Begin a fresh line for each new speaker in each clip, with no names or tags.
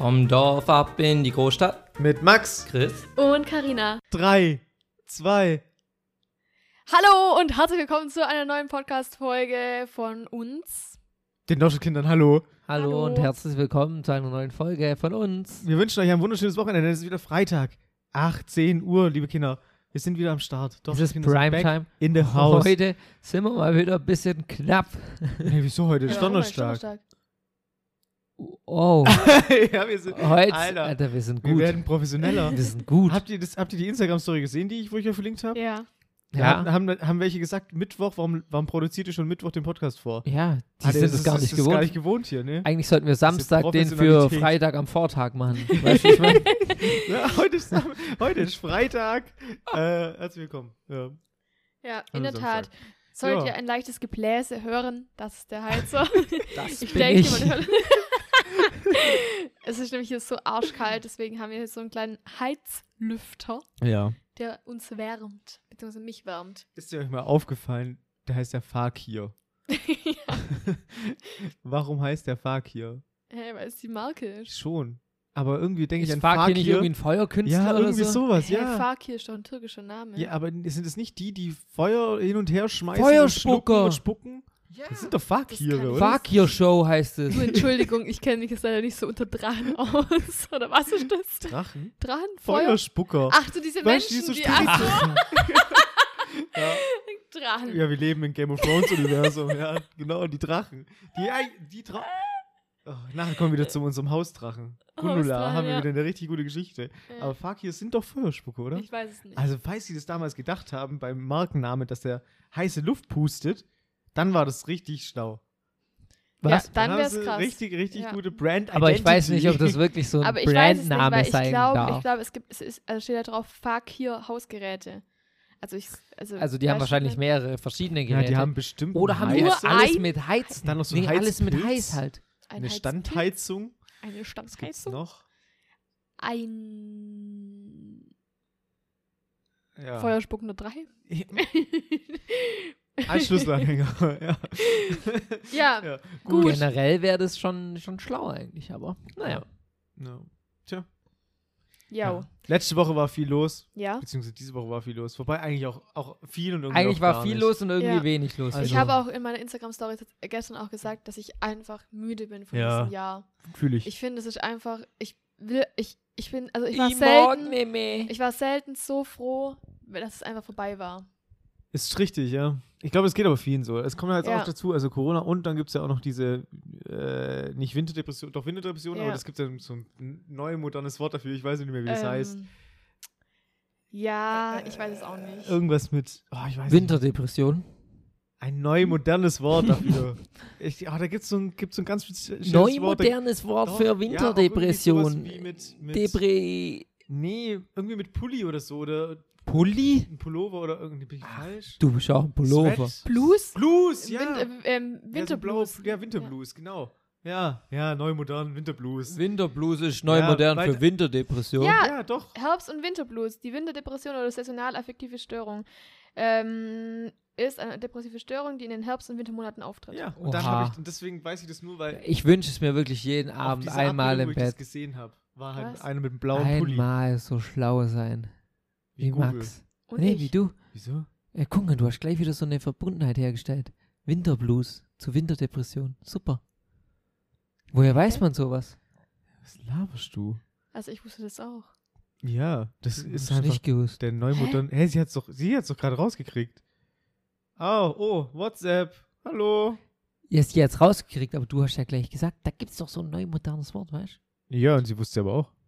Vom Dorf ab in die Großstadt.
Mit Max.
Chris.
Und Karina.
Drei, zwei.
Hallo und herzlich willkommen zu einer neuen Podcast-Folge von uns.
Den Doschelkindern, hallo.
Hallo,
Hallo.
und herzlich willkommen zu einer neuen Folge von uns.
Wir wünschen euch ein wunderschönes Wochenende. Es ist wieder Freitag. 18 Uhr, liebe Kinder. Wir sind wieder am Start.
Es ist
Dorfkinder sind back
Primetime.
In the house.
Heute sind wir mal wieder ein bisschen knapp.
Nee, wieso heute? Ist Donnerstag.
Oh,
ja, wir sind.
heute,
Alter.
Alter, wir sind
Wir
gut.
werden professioneller.
Wir sind gut.
habt, ihr das, habt ihr die Instagram-Story gesehen, die ich, wo ich euch verlinkt habe?
Ja.
Da
Ja,
Haben, haben, haben welche gesagt, Mittwoch, warum, warum produziert ihr schon Mittwoch den Podcast vor?
ja die
Alter,
sind
das
es gar
ist-
nicht
das ist gar
gewohnt.
nicht gewohnt hier, ne?
Eigentlich sollten wir Samstag den für
Professionalität.
Freitag am Vortag machen. Weißt du, was ich meine?
Ja, heute, ist, heute ist Freitag. Äh, herzlich willkommen. Ja.
Ja, in der
Hallo,
Tat.
Samstag.
Sollt
Ja.
ihr ein leichtes Gebläse hören, das ist der Heizer.
Das
ich
bin
denke,
ich.
man hört. es ist nämlich hier so arschkalt, deswegen haben wir hier so einen kleinen Heizlüfter,
ja.
der uns wärmt, beziehungsweise mich wärmt.
Ist dir euch mal aufgefallen, der heißt ja Fakir. Warum heißt der Fakir?
Hey, weil es die Marke ist.
Schon. Aber irgendwie denke ich
Ist
an
Fakir
Fakir.
nicht irgendwie ein Feuerkünstler
ja,
oder
irgendwie
so?
sowas,
Hey,
ja.
Fakir ist doch ein türkischer Name.
Ja, aber sind es nicht die, die Feuer hin und her schmeißen
Feuerspucker.
und schlucken und spucken? Das sind doch
Das
Fakire,
kann-
oder?
Fakir-Show heißt es.
Du, Entschuldigung, ich kenne mich jetzt leider nicht so unter Drachen aus. Oder was ist das?
Drachen?
Drachen? Feuer?
Feuerspucker.
Ach, so diese
Weißt du,
Menschen,
so
die
spitz
ach,
sind? ja.
Drachen.
ja, wir leben im Game of Thrones-Universum, ja. Genau, die Drachen. Die, ei- die Drachen. Oh, nachher kommen wir wieder zu unserem Hausdrachen. Gundula,
Hausdrachen,
haben wir
ja.
wieder eine richtig gute Geschichte.
Ja.
Aber Fakir sind doch Feuerspucke, oder?
Ich weiß es nicht.
Also, falls sie das damals gedacht haben, beim Markenname, dass der heiße Luft pustet, dann war das richtig schlau.
Was?
Ja, dann
haben
wär's
sie
krass.
Richtig, richtig
Ja.
gute brand
Aber ich weiß nicht,
Identity.
ob das wirklich so ein
Aber ich weiß es nicht,
Brandname
weil ich
sein
glaube, ich
darf.
glaube, es gibt, es ist, also steht da drauf, Fakir Hausgeräte. Also ich, also,
also die haben
weiß
wahrscheinlich
nicht.
mehrere verschiedene
Ja,
Geräte.
die haben bestimmt.
Oder haben die
Nur
eine
Heiz-
alles
ein-
mit Heiz?
Dann noch so ein
nee, alles mit
Heizpilz.
Heiß halt.
Ein
eine
Heiz-
Standheizung.
Eine
Was gibt's
Standheizung.
noch?
Ein
Ja.
feuerspuckender Drache.
Ein Schlüsselanhänger. ja.
ja,
Ja.
gut.
Generell wäre das schon, schon schlau eigentlich, aber naja.
Ja. Tja.
Genau.
Ja.
Letzte Woche war viel los,
ja.
beziehungsweise diese Woche war viel los. Wobei eigentlich auch, auch viel und irgendwie
Eigentlich
auch
war
gar
viel
nicht.
los und irgendwie
Ja.
wenig los.
Also-
Ich habe auch in meiner Instagram-Story gestern auch gesagt, dass ich einfach müde bin von
Ja.
diesem Jahr.
Fühl ich.
Ich finde, es ist einfach, ich will, ich, ich bin, also ich war
morgen
selten,
nicht mehr.
ich war selten so froh, dass es einfach vorbei war.
Ist richtig, ja. Ich glaube, es geht aber vielen so. Es kommt halt
Ja.
auch dazu, also Corona und dann gibt es ja auch noch diese, äh, nicht Winterdepression, doch Winterdepression,
Ja.
aber das gibt ja so ein neu modernes Wort dafür, ich weiß nicht mehr, wie das heißt.
Ähm, Ja, ich weiß es auch nicht.
Irgendwas mit, oh, ich weiß nicht.
Winterdepression.
Ein neu modernes Wort dafür. ich, oh, da gibt es so ein, gibt's so ein ganz spezielles
Neu
Wort. da-
modernes Wort
Doch, ja,
für
auch irgendwie
Winterdepression.
sowas wie mit, mit,
Depri.
nee, irgendwie mit Pulli oder so oder
Pulli?
ein Pullover oder irgendwie, bin ich falsch?
Du bist auch ein Pullover.
Sweat?
Blues?
Blues, ja.
Win ähm,
Ja, so blaue
Winterblues.
Pl- Ja, Winterblues, genau. Ja, ja, neu modern, Winterblues.
Winterblues ist
neu Ja, modern weil- für
Winterdepression.
Ja.
ja, doch.
Herbst- und Winterblues, die Winterdepression oder saisonal-affektive Störung, ähm, ist eine depressive Störung, die in den Herbst- und Wintermonaten auftritt.
Ja, und dann hab
Oha.
ich, und deswegen weiß ich das nur, weil
Ich wünsche es mir wirklich jeden
auf
Abend
dieser
einmal
Abbildung,
im
wo ich das
Bett.
gesehen habe, war halt
Was?
einer mit einem blauen Pulli.
Einmal so schlau sein. Wie
Google.
Max.
Und
nee,
ich.
wie du.
Wieso?
Ja, guck mal, du hast gleich wieder so eine Verbundenheit hergestellt. Winterblues zu Winterdepression. Super. Woher weiß man sowas?
Was laberst du?
Also ich wusste das auch.
Ja, das ist
Hast
einfach
nicht gewusst.
der Neumodern. Hä, hey, sie hat's doch, sie hat's doch gerade rausgekriegt. Oh, oh, WhatsApp. Hallo.
Jetzt, jetzt rausgekriegt, aber du hast ja gleich gesagt, da gibt's doch so ein neu modernes Wort, weißt
Ja, und sie wusste aber auch.
du?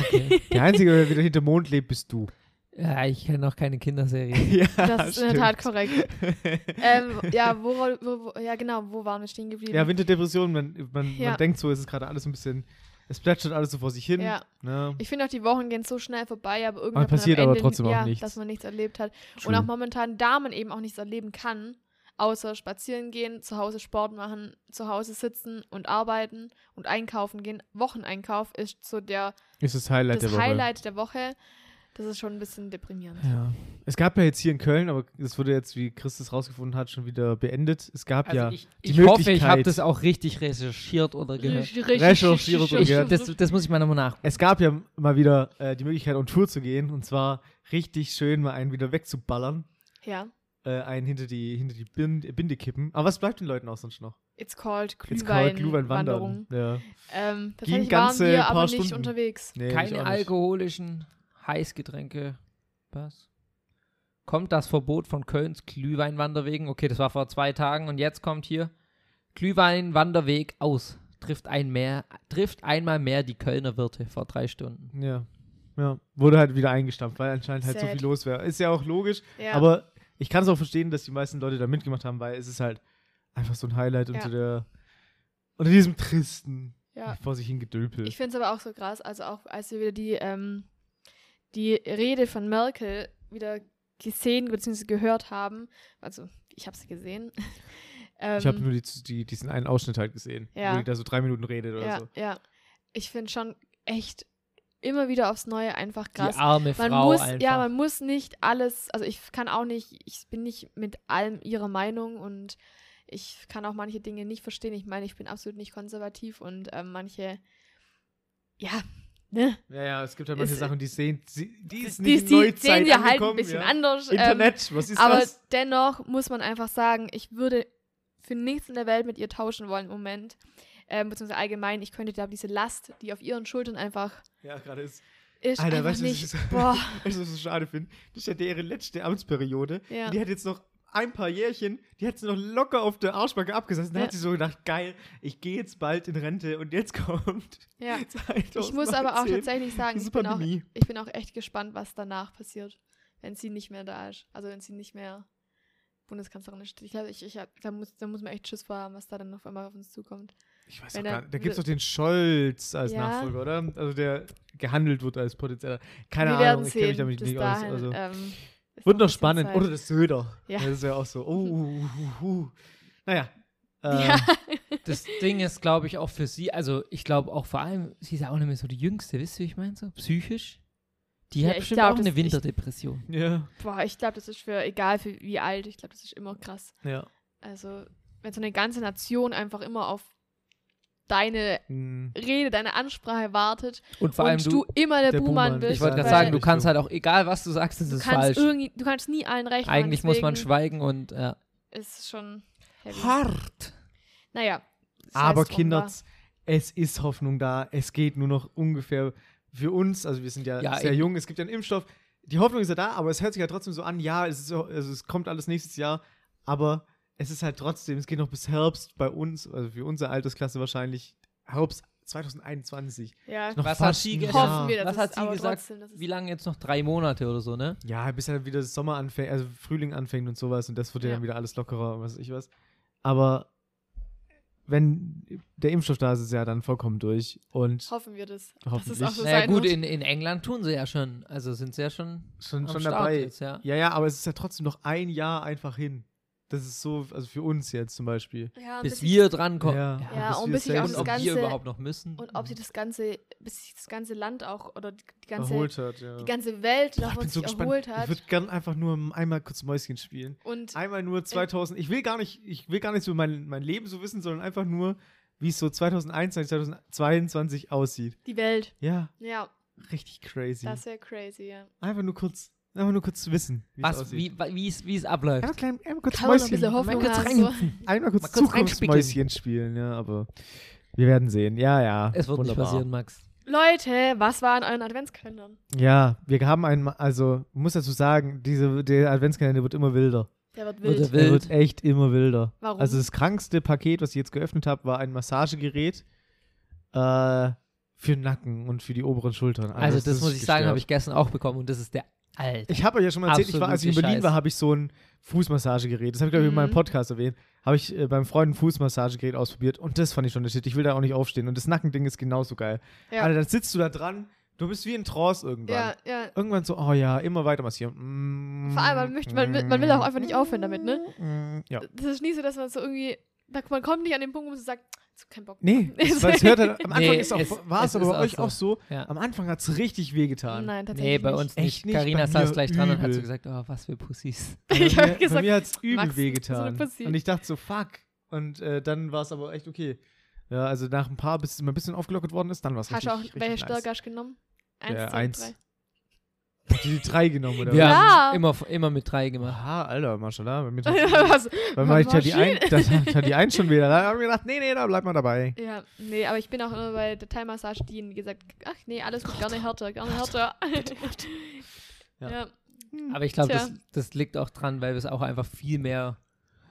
Okay.
Der Einzige, der wieder hinter Mond lebt, bist du.
ja, ich kenne auch keine Kinderserie.
ja,
Das ist in der Tat korrekt.
korrekt.
ähm, ja, wo, wo, wo, ja, genau, wo waren wir stehen geblieben?
Ja, Winterdepression, man, man,
Ja.
man denkt so, es ist gerade alles ein bisschen, es plätschert alles so vor sich hin.
Ja.
Ne?
Ich finde auch, die Wochen gehen so schnell vorbei, aber
Aber
irgendwann
passiert
hat man am
aber
Ende,
trotzdem auch
ja,
nichts.
dass man nichts erlebt hat. Und
True.
auch momentan, da man eben auch nichts erleben kann, außer spazieren gehen, zu Hause Sport machen, zu Hause sitzen und arbeiten und einkaufen gehen. Wocheneinkauf ist so der
Ist das Highlight
das
der Woche.
Highlight der Woche. Das ist schon ein bisschen deprimierend.
Ja.
Es gab ja jetzt hier in Köln, aber es wurde jetzt, wie Christus rausgefunden hat, schon wieder beendet. Es gab
Also
ja.
Also ich,
die
ich hoffe, ich
Möglichkeit-
habe das auch richtig recherchiert oder gehört.
Recherchiere
Ich,
gehört.
das, das muss ich mal nochmal nach.
Es gab ja mal wieder äh, die Möglichkeit, on Tour zu gehen. Und zwar richtig schön, mal einen wieder wegzuballern.
Ja.
Äh, einen hinter die, hinter die Bin- Binde kippen. Aber was bleibt den Leuten auch sonst noch?
It's called
Jetzt kann man Glühwein
Glühweinwanderung.
wandern. Ja.
Ähm, tatsächlich
ganze
waren wir
paar
aber nicht
Stunden.
unterwegs.
Nee, ich auch
Keine
nicht.
alkoholischen Heißgetränke. Was? Kommt das Verbot von Kölns Glühweinwanderwegen? Okay, das war vor zwei Tagen und jetzt kommt hier Glühweinwanderweg aus. Trifft, ein mehr, trifft einmal mehr die Kölner Wirte vor drei Stunden.
Ja. ja. Wurde halt wieder eingestampft, weil anscheinend halt so
Sad.
viel los wäre. Ist ja auch logisch.
Ja.
Aber ich kann es auch verstehen, dass die meisten Leute da mitgemacht haben, weil es ist halt einfach so ein Highlight
Ja.
unter der unter diesem tristen
ja.
vor sich hin gedöpelt.
Ich finde es aber auch so krass, also auch als wir wieder die, ähm, die Rede von Merkel wieder gesehen bzw. gehört haben, also ich habe sie gesehen. ähm,
Ich habe nur die, die, diesen einen Ausschnitt halt gesehen,
Ja.
wo die da so drei Minuten redet oder
ja,
so.
ja. Ich finde schon echt immer wieder aufs Neue einfach krass.
Die arme
Man
Frau
muss,
einfach.
ja, man muss nicht alles, also ich kann auch nicht, ich bin nicht mit allem ihrer Meinung und ich kann auch manche Dinge nicht verstehen. Ich meine, ich bin absolut nicht konservativ und ähm, manche, ja, ne?
Ja, ja, es gibt halt manche
Ist-
Sachen, die sehen, sie- die ist
die,
nicht
die
Neuzeit
sehen wir halt ein
angekommen,
bisschen
ja.
anders. ähm,
Internet, was ist
aber
das?
dennoch muss man einfach sagen, ich würde für nichts in der Welt mit ihr tauschen wollen im Moment. Ähm, beziehungsweise allgemein, ich könnte da diese Last, die auf ihren Schultern einfach
Ja, gerade ist.
ist,
Alter,
einfach
weißt du, das
nicht.
ist-
Boah,
Weißt du, was ich so schade finde? Das ist ja ihre letzte Amtsperiode.
Ja.
Die hat jetzt noch ein paar Jährchen, die hat sie noch locker auf der Arschbacke abgesessen. Da
Ja.
hat sie so gedacht, geil, ich gehe jetzt bald in Rente und jetzt kommt
ja.
2019.
Ich muss aber auch tatsächlich sagen,
diese
ich bin auch,
Pandemie.
ich bin auch echt gespannt, was danach passiert, wenn sie nicht mehr da ist. Also wenn sie nicht mehr Bundeskanzlerin ist. Ich glaube, ich, ich, hab- da, muss, da muss man echt Schiss vor haben, was da dann auf einmal auf uns zukommt.
Ich weiß
wenn
auch
er-
gar nicht. Da gibt es doch den Scholz als
Ja.
Nachfolger, oder? Also der gehandelt wird als potenzieller. Keine
Wir
Ahnung,
werden
ich
sehen.
kenne mich damit
bis
nicht
dahin,
aus. Also.
ähm, ist
Wird
ein
noch
bisschen
spannend.
Zeit.
Oder das Söder.
Ja.
Das ist ja auch so. Oh, uh, uh, uh. Naja. Äh,
ja.
Das Ding ist, glaube ich, auch für sie, also ich glaube auch vor allem, sie ist ja auch nicht mehr so die Jüngste, wisst ihr, wie ich meine so? Psychisch. Die
Ja,
hat
ich
bestimmt
glaub,
auch
das-
eine
ich-
Winterdepression.
ähm, ja.
Boah, ich glaube, das ist für, egal für wie alt, ich glaube, das ist immer krass.
Ja.
Also, wenn so eine ganze Nation einfach immer auf deine
Hm.
Rede, deine Ansprache wartet
Und vor
und
allem
du,
du,
immer der,
der
Buhmann
Buhmann,
bist.
ich wollte gerade
weil
sagen, du
Richtig
kannst
so.
halt auch, egal was du sagst, das
du
ist
kannst
falsch.
irgendwie, du kannst nie allen recht machen,
Eigentlich muss man
deswegen
schweigen und äh, ja.
Ist schon heavy.
hart.
Naja. das
Aber
heißt drum,
Kinder,
wa?
es ist Hoffnung da. Es geht nur noch ungefähr für uns. Also wir sind ja,
Ja,
sehr
eben.
jung. Es gibt ja einen Impfstoff. Die Hoffnung ist ja da, aber es hört sich ja trotzdem so an. Ja, es, ist, so- also es kommt alles nächstes Jahr. Aber es ist halt trotzdem, es geht noch bis Herbst bei uns, also für unsere Altersklasse wahrscheinlich Herbst 2021.
ja.
Noch
Was
fast
hat sie
ein
gesagt?
Jahr.
hoffen wir, dass
Was hat
es
sie
aber
gesagt?
trotzdem, dass es
Wie lange jetzt noch? Drei Monate oder so, ne?
Ja, bis halt wieder das Sommer anfängt, also Frühling anfängt und sowas und das wird ja,
Ja.
dann wieder alles lockerer und was weiß ich was. Aber wenn der Impfstoff da ist, ist ja dann vollkommen durch und
hoffen wir das.
Hoffentlich.
Dass es auch so
naja,
sein
gut,
wird.
in, in England tun sie ja schon. Also sind sie ja schon,
schon,
am
schon
Start
dabei.
Jetzt, ja.
Ja, ja, aber es ist ja trotzdem noch ein Jahr einfach hin. Das ist so, also für uns jetzt zum Beispiel.
ja, und
Bis
bis-
wir drankommen.
Ja.
Ja,
bis
und
wir
bis sich
safe
auch
Und
das
ob
sind.
Ganze-
wir überhaupt noch müssen.
Und
Mhm.
ob sie das ganze, bis sich das ganze Land auch oder die die ganze,
erholt hat, ja.
die ganze Welt
Boah, ich
davon
bin so
sich
gespannt.
erholt
Ich
hat. Äh,
würde gern einfach nur einmal kurz Mäuschen spielen.
Und
Einmal nur 2000. Ich will gar nicht, ich will gar nicht so mein, mein Leben so wissen, sondern einfach nur, wie es so 2001, 2022 aussieht.
die Welt.
Ja,
Ja,
richtig crazy.
das wäre crazy, ja.
Einfach nur kurz, einfach nur kurz zu wissen, wie es
was,
aussieht.
wie, wie, wie es- wie es abläuft.
Einmal, klein, einmal kurz
Kann man noch
Mäuschen.
ein bisschen
Mal
Hoffnung
kurz
haben. So.
reinhüpfen.
Einmal
Mal
kurz,
kurz
Zukunftsmäuschen spielen, ja, aber wir werden sehen. Ja, ja.
Es wird
wunderbar.
nicht passieren, Max.
Leute, was war in euren Adventskalendern?
Ja, wir haben einen, also ich muss dazu sagen, diese, der Adventskalender wird immer wilder.
Der wird
Wird
wild.
er
Der
Wild.
wird echt immer wilder.
Warum?
Also das krankste Paket, was ich jetzt geöffnet habe, war ein Massagegerät äh, für den Nacken und für die oberen Schultern.
Also, das, muss ich sagen, habe
habe
ich gestern auch bekommen und das ist der alte.
Ich habe euch ja schon mal erzählt, ich war, als ich in
Absolute
Berlin
Scheiße.
war, habe ich so ein Fußmassagegerät. Das habe ich, glaube ich, in meinem
Mhm.
Podcast erwähnt. Habe ich äh, beim Freund ein Fußmassagegerät ausprobiert und das fand ich schon der Shit. Ich will da auch nicht aufstehen. Und das Nackending ist genauso geil.
Ja.
Alter, dann sitzt du da dran, du bist wie in Trance irgendwann.
ja, ja.
Irgendwann so, oh ja, immer weiter massieren. Mm,
Vor allem, man möchte- man will- man will auch einfach nicht aufhören damit,
ne? Ja.
Das ist nie so, dass man so irgendwie, da- man kommt nicht an den Punkt, wo man so sagt, So kein Bock.
Nee, es, weil es hört halt, am Anfang
Nee,
ist auch,
es-
war es
es
aber
ist
bei
auch
euch
so.
auch so.
Ja.
Am Anfang hat es richtig wehgetan.
Nein, tatsächlich.
Nee, bei
nicht.
uns
Echt
nicht.
nicht, bei
Carina
mir
saß gleich dran und hat so
übel.
gesagt, oh, was für Pussys.
Ich
bei
hab
mir, bei
gesagt,
mir hat es übel
Max, so eine
wehgetan.
Pussy.
Und ich dachte so, fuck. Und äh, dann war es aber echt okay. Ja, also nach ein paar, bis es mal ein bisschen aufgelockert worden ist, dann war es
Hast
richtig,
du auch
richtig
welche
nice.
Stärke hast du genommen? Eins,
Ja,
zwei,
eins.
drei.
Hast du die drei genommen, oder?
Wir
Ja.
haben immer, immer mit drei gemacht.
Aha, Alter, Maschallah. Bei mir
Was?
Weil man hat ja die
Maschine.
ein, das hat die eins schon wieder. Da haben wir gedacht, nee, nee, da bleibt man dabei.
Ja, nee, aber ich bin auch immer bei der Thai-Massage diejenigen, die gesagt ach nee, alles gut, gerne härter, gerne härter.
Ja.
ja.
Aber ich glaube,
Tja.
das, das liegt auch dran, weil wir es auch einfach viel mehr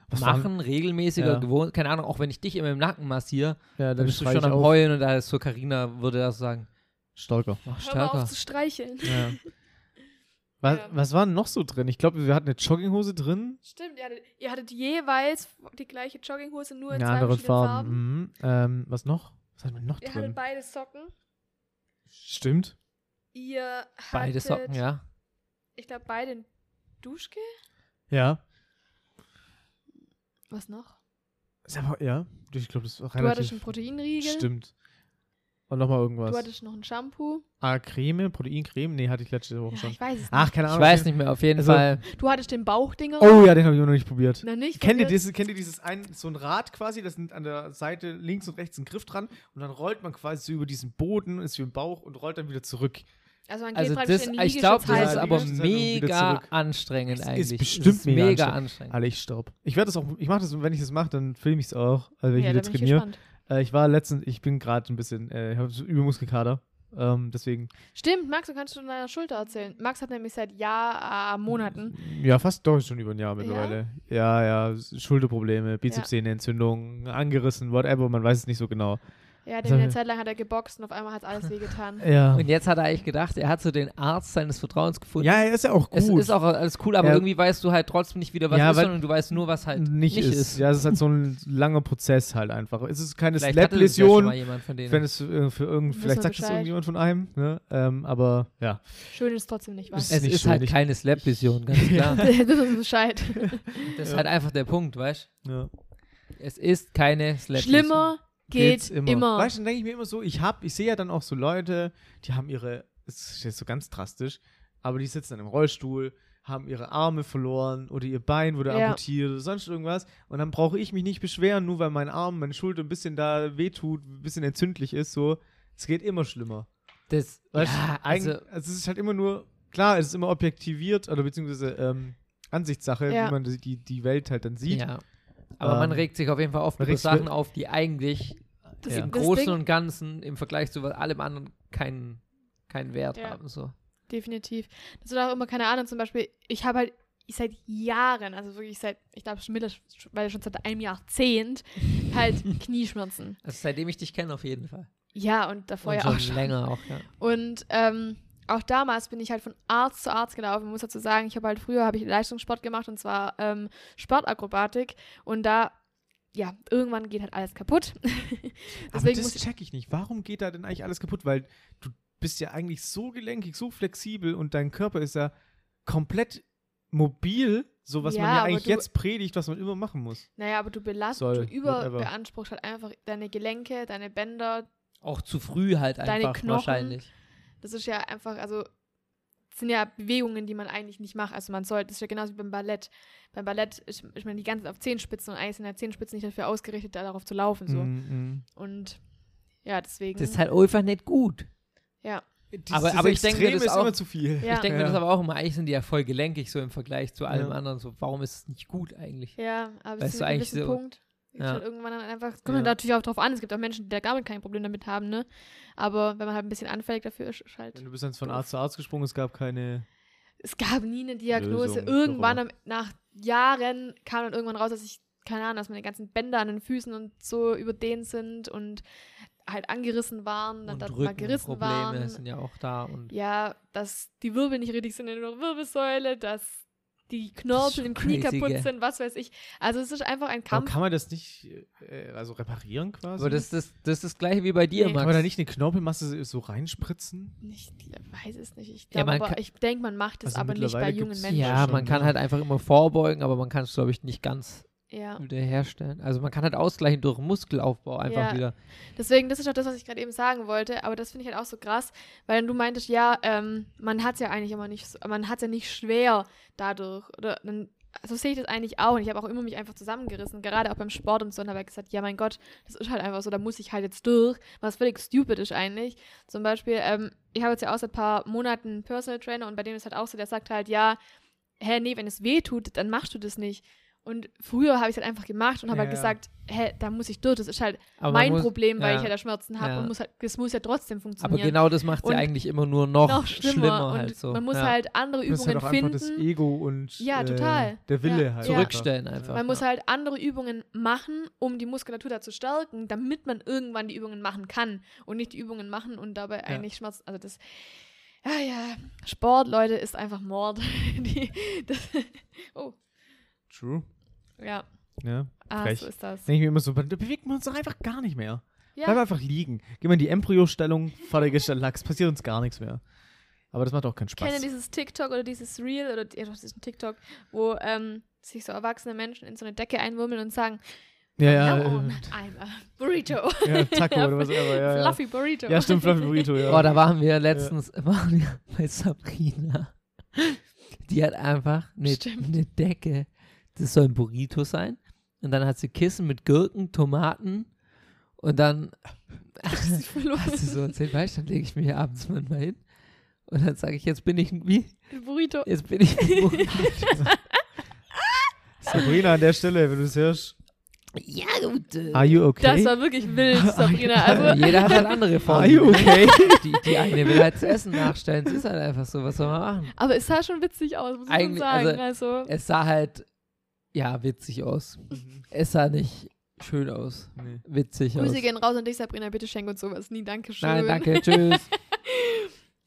Was
machen, regelmäßiger
Ja.
gewohnt. Keine Ahnung, auch wenn ich dich immer im Nacken massiere,
Ja,
dann bist du schon am Heulen und da ist so, Carina würde das sagen,
Stolker.
mach
Hör mal
stärker.
auf zu streicheln.
Ja. Was,
Ja.
was war denn noch so drin? Ich glaube, wir hatten eine Jogginghose drin.
Stimmt, ihr hattet, ihr hattet jeweils die gleiche Jogginghose, nur in
Eine
zwei
andere
verschiedenen
Farbe.
Farben.
Mhm. Ähm, was noch? Was hatten wir noch
Ihr
drin?
hattet beide Socken.
Stimmt.
Ihr hattet,
Beide Socken, ja.
ich glaube, beide ein Duschgel.
Ja.
Was noch?
Ist aber, ja. Ich glaube, das war
Du hattest
relativ.
einen Proteinriegel.
Stimmt. Und nochmal
Du
irgendwas.
hattest noch ein Shampoo.
Ah, Creme, Proteincreme? Nee, hatte ich letzte Woche
Ja,
schon.
ich weiß es
Ach, keine
Ich
Ahnung.
weiß nicht mehr, auf jeden
Also-
Fall.
nicht. Du hattest den Bauchdinger.
Oh ja, den habe ich auch noch nicht probiert.
Na nicht?
Kennt ihr,
verwirrt.
dieses, kennt ihr dieses ein, so ein Rad quasi, das sind an der Seite links und rechts ein Griff dran und dann rollt man quasi so über diesen Boden, ist wie ein Bauch und rollt dann wieder zurück.
Also man geht
Also
praktisch
das,
in den
ich glaube,
Liegestütz
das ist
Ja,
halten.
aber
Liegestütz halten und wieder
mega
zurück.
anstrengend
Es ist
eigentlich.
bestimmt
es ist
mega
mega
anstrengend.
anstrengend.
Alter, ich stopp. Ich werde das auch, ich mache das, und wenn ich das mache, dann filme ich es auch, also wenn ich
ja, da
wieder
bin ich
trainiere.
gespannt.
Ich, äh, ich war letztens, ich bin gerade ein bisschen, äh, ich habe so Übelmuskelkater, ähm, deswegen.
Stimmt, Max, du kannst schon von deiner Schulter erzählen. Max hat nämlich seit Jahr, äh, Monaten.
Ja, fast doch schon über ein Jahr mittlerweile. Ja, ja, Schulterprobleme, Bizepssehnenentzündung, angerissen, whatever, man weiß es nicht so genau.
Ja,
Das
denn
hab
eine
ich-
Zeit lang hat er geboxt und auf einmal hat alles wehgetan.
Ja.
Und jetzt hat er eigentlich gedacht, er hat so den Arzt seines Vertrauens gefunden.
Ja, ist ja auch gut.
es ist auch alles cool, aber
Ja.
irgendwie weißt du halt trotzdem nicht wieder, was
Ja,
ist,
weil-
sondern du weißt nur, was halt
nicht, ist. Ja, es ist halt so ein langer Prozess halt einfach. Es ist keine
Vielleicht hatte das ja schon mal
Slap-Läsion,
jemand von denen.
wenn es äh, für irgend,
Wissen
vielleicht
wir
sagt es
Bescheid.
irgendjemand von einem, ne? ähm, aber ja.
Schön ist trotzdem nicht wahr.
Es-
das
es
nicht
ist
schön,
halt
ich-
keine Slap-Vision, ganz klar.
ist Bescheid.
Das ist
Ja.
halt einfach der Punkt, weißt
ja.
du? Es ist keine Slap-Vision.
Schlimmer
Geht's
geht immer.
Weißt du, dann denke ich mir immer so, ich hab, ich sehe ja dann auch so Leute, die haben ihre, es ist jetzt so ganz drastisch, aber die sitzen dann im Rollstuhl, haben ihre Arme verloren oder ihr Bein wurde
Ja.
amputiert oder sonst irgendwas und dann brauche ich mich nicht beschweren, nur weil mein Arm, meine Schulter ein bisschen da wehtut, ein bisschen entzündlich ist, so. Es geht immer schlimmer.
Das,
Weißt
ja,
du, also,
also,
also es ist halt immer nur, klar, es ist immer objektiviert oder beziehungsweise ähm, Ansichtssache,
Ja.
wie man die, die Welt halt dann sieht.
ja. Aber man
Ähm,
regt sich auf jeden Fall oft
man
über
regt sich
Sachen
wir-
auf, die eigentlich
Das,
Ja.
im
das
Großen
Ding,
und Ganzen im Vergleich zu allem anderen keinen keinen Wert
Ja.
haben. So.
definitiv. Das sind auch immer keine Ahnung. Zum Beispiel, ich habe halt ich seit Jahren, also wirklich seit, ich glaube schon mittlerweile schon seit einem Jahrzehnt, halt Knieschmerzen.
Also seitdem ich dich kenne auf jeden Fall.
Ja, und davor ja
schon
auch schon.
länger auch, ja.
Und ähm, auch damals bin ich halt von Arzt zu Arzt gelaufen. Ich muss dazu sagen, ich habe halt früher habe ich Leistungssport gemacht und zwar ähm, Sportakrobatik und da ja irgendwann geht halt alles kaputt.
Aber
Deswegen
das
muss ich
check ich nicht. Warum geht da denn eigentlich alles kaputt? Weil du bist ja eigentlich so gelenkig, so flexibel und dein Körper ist ja komplett mobil, so was man
Ja,
ja
aber
eigentlich
du-
jetzt predigt, was man immer machen muss.
naja, aber du belastest,
Soll,
du überbeanspruchst
whatever.
halt einfach deine Gelenke, deine Bänder.
Auch zu früh halt
Deine
einfach
Knochen.
wahrscheinlich.
Das ist ja einfach, also das sind ja Bewegungen, die man eigentlich nicht macht. Also man sollte, das ist ja genauso wie beim Ballett. Beim Ballett ist, ist man die ganze Zeit auf Zehenspitzen und eigentlich sind ja Zehenspitzen nicht dafür ausgerichtet, darauf zu laufen. So.
Mhm, mhm.
Und ja, deswegen.
Das ist halt einfach nicht gut.
ja.
Dieses-
Aber-
dieses
aber ich denke mir,
Extreme
das
ist
auch-
immer zu viel.
Ja.
Ich denke mir
Ja.
das aber auch immer, eigentlich sind die ja voll gelenkig so im Vergleich zu allem
Ja.
anderen. So, warum ist es nicht gut eigentlich?
Ja,
Weißt
aber bis
du,
zu einem
eigentlich
gewissen
so-
Punkt ist
Ja.
halt irgendwann dann einfach, es kommt
Ja.
dann natürlich auch drauf an, es gibt auch Menschen, die da gar kein Problem damit haben, ne? Aber wenn man halt ein bisschen anfällig dafür ist, ist halt,
Du bist dann von Arzt zu Arzt gesprungen, es gab keine.
es gab nie eine Diagnose.
Lösung,
irgendwann
warum?
am, nach Jahren kam dann irgendwann raus, dass ich, keine Ahnung, dass meine ganzen Bänder an den Füßen und so überdehnt sind und halt angerissen waren, dann
Und
dort mal gerissen
Rückenprobleme
waren.
sind ja auch da. Und
Ja, dass die Wirbel nicht richtig sind in der Wirbelsäule, dass die Knorpel
schon
im Knie
crazy,
kaputt
gell?
sind, was weiß ich. Also es ist einfach ein
Aber
Kampf.
kann man das nicht äh, also reparieren quasi?
aber das, das, das ist das gleiche wie bei dir,
Nee.
kann
Max.
man da nicht eine Knorpelmasse so reinspritzen?
Ich weiß es nicht. Ich
Ja,
glaube,
man
aber
kann-
ich denke, man macht es
Also
aber nicht bei
mittlerweile
jungen
gibt's-
Menschen.
ja,
schon,
man kann
ne?
halt einfach immer vorbeugen, aber man kann es, glaube ich, nicht ganz
Ja.
wieder herstellen. Also man kann halt ausgleichen durch Muskelaufbau einfach
Ja.
wieder.
Deswegen, das ist auch das, was ich gerade eben sagen wollte, aber das finde ich halt auch so krass, weil du meintest, ja, ähm, man hat es ja eigentlich immer nicht, so- man hat es ja nicht schwer dadurch. Oder dann, so sehe ich das eigentlich auch. Und ich habe auch immer mich einfach zusammengerissen, gerade auch beim Sport und so, und habe gesagt, ja, mein Gott, das ist halt einfach so, da muss ich halt jetzt durch, was völlig stupid ist eigentlich. Zum Beispiel, ähm, ich habe jetzt ja auch seit ein paar Monaten einen Personal Trainer und bei dem ist halt auch so, der sagt halt, ja, hä, nee, wenn es weh tut, dann machst du das nicht. Und früher habe ich es halt einfach gemacht und habe
Ja,
halt
ja.
gesagt, hä, da muss ich durch, das ist halt
Aber man
mein
muss-
Problem, weil
ja.
ich ja da Schmerzen habe
Ja.
und muss halt, das muss ja trotzdem
Aber
funktionieren.
genau das macht sie
Und
eigentlich immer nur noch,
noch
schlimmer,
schlimmer, und
halt so.
man muss
ja.
halt andere
Das ist
Übungen
halt auch einfach das
finden.
Ego und
Ja,
äh,
total.
der Wille
Ja.
halt.
Ja.
zurückstellen einfach.
Man muss
ja.
halt andere Übungen machen, um die Muskulatur dazu stärken, damit man irgendwann die Übungen machen kann und nicht die Übungen machen und dabei eigentlich Schmerzen. Also das, ja, ja, Sport, Leute, ist einfach Mord. die, das, oh,
True.
ja,
Ja.
ah,
Frech.
so ist das.
Denke ich mir immer so, da bewegen wir uns doch einfach gar nicht mehr. Bleiben wir
Ja,
einfach liegen. Gehen wir in die Embryo-Stellung, fertig ist der Lachs, passiert uns gar nichts mehr. Aber das macht auch keinen
ich kenne
Spaß.
dieses TikTok oder dieses Reel oder ja, doch, das ist ein TikTok, wo ähm, sich so erwachsene Menschen in so eine Decke einwürmeln und sagen,
Ja, ja,
Now
äh,
on, I'm a burrito.
ja, Taco oder was auch immer. Ja, ja.
Fluffy Burrito.
ja stimmt, Fluffy Burrito, ja.
Boah, da waren wir letztens waren wir bei Sabrina. Die hat einfach eine,
Stimmt.
eine Decke. Das soll ein Burrito sein. Und dann hat sie Kissen mit Gurken, Tomaten. Und dann
Sich verloren.
hast du so erzählt, weißt du, dann lege ich mir hier abends manchmal hin. Und dann sage ich, jetzt bin ich ein- wie?
Burrito.
Jetzt bin ich ein Burrito.
Sabrina, an der Stelle, wenn du es hörst.
ja, gut. äh,
Are you
Das
okay?
war wirklich wild, Sabrina. Also,
Jeder hat halt andere
Are you
Vorlieben.
okay?
Die, die eine will halt das Essen nachstellen. Es ist halt einfach so, was soll man machen?
aber es sah schon witzig aus, muss ich schon
Eigentlich,
sagen. Also,
Es sah halt, ja, witzig aus. Es sah nicht schön aus.
Mhm. Nee.
Witzig aus.
Grüße gehen raus an dich, Sabrina. Bitte schenk uns sowas. Nie, danke schön.
Nein, danke, tschüss.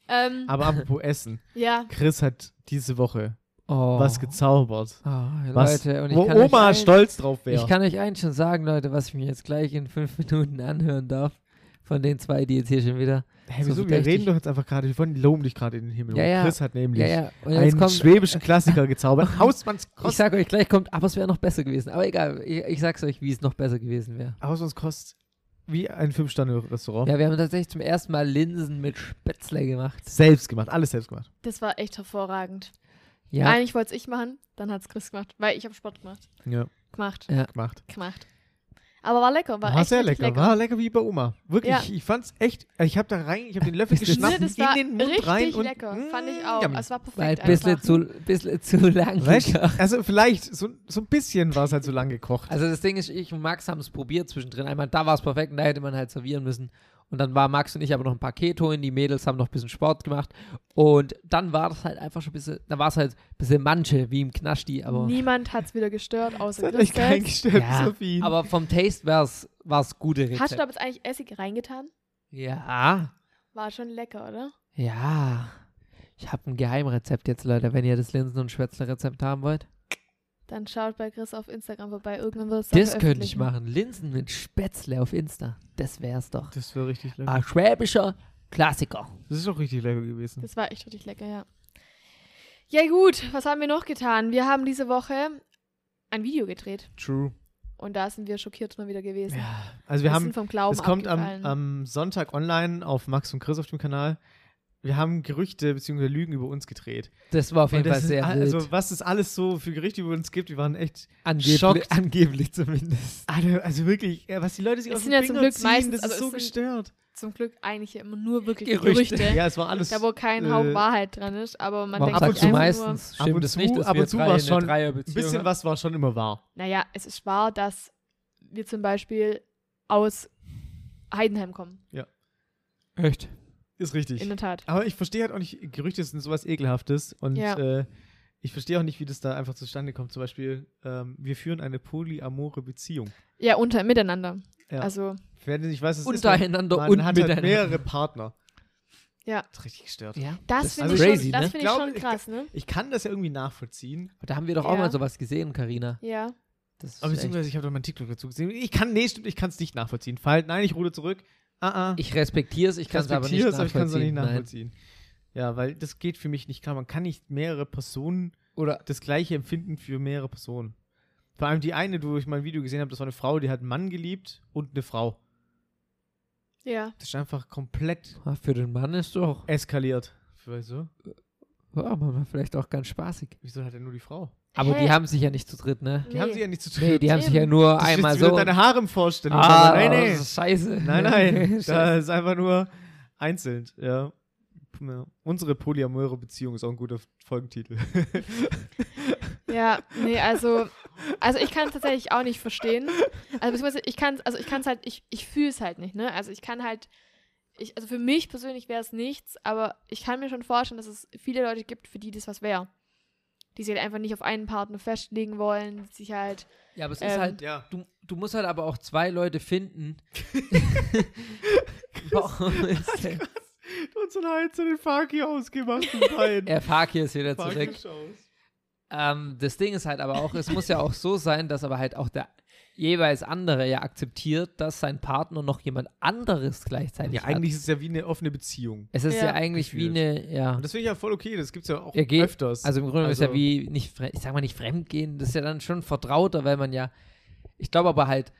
Ähm,
Aber apropos Essen.
ja,
Chris hat diese Woche
Oh.
was gezaubert.
Oh,
Was,
Leute, und ich
wo
kann
Oma
euch ein,
stolz drauf wäre.
Ich kann euch eins schon sagen, Leute, was ich mir jetzt gleich in fünf Minuten anhören darf. Von den zwei, die jetzt hier schon wieder.
Hä,
so
wieso? wir
verdächtig.
reden doch jetzt einfach gerade, wir wollen- loben dich gerade in den Himmel.
Ja,
hoch.
ja.
Chris hat nämlich
Ja, ja. Und jetzt
einen
kommt,
schwäbischen Klassiker gezaubert.
ich
Hausmannskost.
sag euch gleich kommt, aber es wäre noch besser gewesen. Aber egal, ich, ich sag's euch, wie es noch besser gewesen wäre.
Hausmannskost wie ein Fünf-Sterne-Restaurant.
Ja, wir haben tatsächlich zum ersten Mal Linsen mit Spätzle gemacht.
Selbst gemacht, alles selbst gemacht.
das war echt hervorragend.
Ja,
Eigentlich wollte es ich machen, dann hat es Chris gemacht, weil ich habe Sport gemacht.
Ja,
Gemacht,
gemacht.
gemacht. Aber war lecker, war,
War
echt
sehr
richtig
lecker. war lecker wie bei Oma. Wirklich,
Ja.
ich fand's echt, ich hab da rein, ich hab den Löffel
Bist du-
geschnappt,
Nee, das war
in den Mund
richtig
rein und
lecker,
Mm,
fand ich auch. Also
yummy.
Es war perfekt.
war halt ein
einfach.
bisschen zu, bisschen zu lang.
Weißt,
gekocht.
also vielleicht, so, so ein bisschen war es halt so lang gekocht.
Also das Ding ist, ich und Max haben es probiert zwischendrin. Einmal da war es perfekt und da hätte man halt servieren müssen. Und dann war Max und ich aber noch ein paar Keto in, die Mädels haben noch ein bisschen Sport gemacht. Und dann war das halt einfach schon ein bisschen, da war es halt ein bisschen Manche, wie im Knashti, aber,
Niemand hat es wieder gestört,
Das
außer
hat
Chris
mich kein
selbst.
gestört,
ja,
Sophie.
aber vom Taste war es gute Rezept.
Hast du da jetzt eigentlich Essig reingetan?
ja,
War schon lecker, oder?
ja. Ich habe ein Geheimrezept jetzt, Leute, wenn ihr das Linsen- und Schwätzle-Rezept haben wollt.
Dann schaut bei Chris auf Instagram vorbei. Irgendwann wird es dann
Das könnte ich
ne?
veröffentlichen.
machen. Linsen mit Spätzle auf Insta. Das wär's doch.
das war richtig lecker.
Ein schwäbischer Klassiker.
Das ist auch richtig lecker gewesen.
Das war echt richtig lecker, ja. Ja gut, was haben wir noch getan? Wir haben diese Woche ein Video gedreht
True.
und da sind wir schockiert mal wieder gewesen.
Also
wir
wir
sind
haben,
vom Glauben
es kommt am,
abgefallen.
am Sonntag online auf Max und Chris auf dem Kanal. Wir haben Gerüchte bzw. Lügen über uns gedreht.
Das war auf jeden
Und das
Fall
ist
sehr
all-
wild.
Also was es alles so für Gerüchte über uns gibt, die waren echt
Angeblich-
Schockt.
angeblich zumindest.
Alter, also wirklich, ja, was die Leute sich
Es
aus
sind
den
ja
Fingern
zum Glück
ziehen, das
meistens-
ist
also es
so
sind-
gestört.
Zum Glück eigentlich ja immer nur wirklich
Gerüchte.
Gerüchte,
Ja, es war alles.
da wo kein
äh,
Hauch Wahrheit dran ist, aber man
Man
denkt
ab
sagt
und
sich
zu
zu
einfach
meistens,
nur- ab
stimmt
und
es
zu-
nicht, dass
ab
wir
und zu
drei
war
in
schon
eine
ein
Dreierbeziehung
bisschen
haben.
was war schon immer wahr.
nur, naja, es ist wahr, dass wir zum Beispiel aus Heidenheim kommen,
Echt?
Ist richtig.
in der Tat.
Aber ich verstehe halt auch nicht, Gerüchte sind sowas Ekelhaftes und
Ja.
äh, ich verstehe auch nicht, wie das da einfach zustande kommt. Zum Beispiel, ähm, wir führen eine polyamore Beziehung.
Ja, unter miteinander.
Ja.
Also,
Wer nicht weiß, was es ist, man,
Untereinander
man
und
hat halt
miteinander.
mehrere Partner.
Ja.
Das ist richtig gestört.
ja,
das,
ist
finde ich,
crazy,
schon- das
ne?
finde
Ich
ich
glaube,
schon
ich-
krass, ne?
Ich kann das ja irgendwie nachvollziehen,
Da haben wir doch auch
Ja.
mal sowas gesehen, Karina.
Ja.
Das ist
aber
echt-
beziehungsweise ich habe doch mein TikTok dazu gesehen. Ich kann, nee, stimmt, ich kann es nicht nachvollziehen. Fall, nein, ich ruhe zurück. Ah, ah.
Ich respektiere es, ich kann es aber nicht
respektiere es, aber ich kann es auch nicht
nachvollziehen. Nein.
nachvollziehen. Ja, weil das geht für mich nicht klar. Man kann nicht mehrere Personen
Oder
das gleiche empfinden für mehrere Personen. Vor allem die eine, die ich mal ein Video gesehen habe, das war eine Frau, die hat einen Mann geliebt und eine Frau.
Ja.
Das ist einfach komplett
Ah, Für den Mann ist doch.
eskaliert. Wieso?
Ja, manchmal vielleicht auch ganz spaßig.
Wieso hat er nur die Frau?
Aber
Hä?
die haben sich ja nicht zu dritt, ne?
Die
nee.
haben sie ja nicht zu tun.
Nee, die haben sich ja nur
das ist
einmal
jetzt wieder
so.
deine Haremvorstellung.
Ah,
nein, nein.
das ist scheiße.
Nein, nein.
Scheiße.
das ist einfach nur einzeln. Ja. ja. Unsere polyamore Beziehung ist auch ein guter Folgentitel.
Ja, nee, also, also ich kann es tatsächlich auch nicht verstehen. Also beziehungsweise ich kann also ich kann es halt, ich, ich fühle es halt nicht, ne? Also ich kann halt, ich, also für mich persönlich wäre es nichts, aber ich kann mir schon vorstellen, dass es viele Leute gibt, für die das was wäre. Die sich halt einfach nicht auf einen Partner festlegen wollen, die sich halt.
ja, aber es ist
Ähm,
halt,
ja.
du, du musst halt aber auch zwei Leute finden. Warum ist denn-
Du hast dann halt so den Faki ausgemacht. und Bein.
Er Park hier ist wieder
Faki
zurück.
ist aus.
Ähm, das Ding ist halt aber auch, es muss ja auch so sein, dass aber halt auch der jeweils andere ja akzeptiert, dass sein Partner noch jemand anderes gleichzeitig
Ja, eigentlich ist es ja wie eine offene Beziehung.
hat. Es ist ja,
Ja.
eigentlich wie
Gefühlt.
eine, ja.
Und das finde ich ja voll okay, das gibt's ja auch
Ja, geht.
öfters.
Also im Grunde ist ja
Also-
wie nicht, fre- ich sag mal nicht fremdgehen, das ist ja dann schon vertrauter, weil man ja, ich glaube aber halt,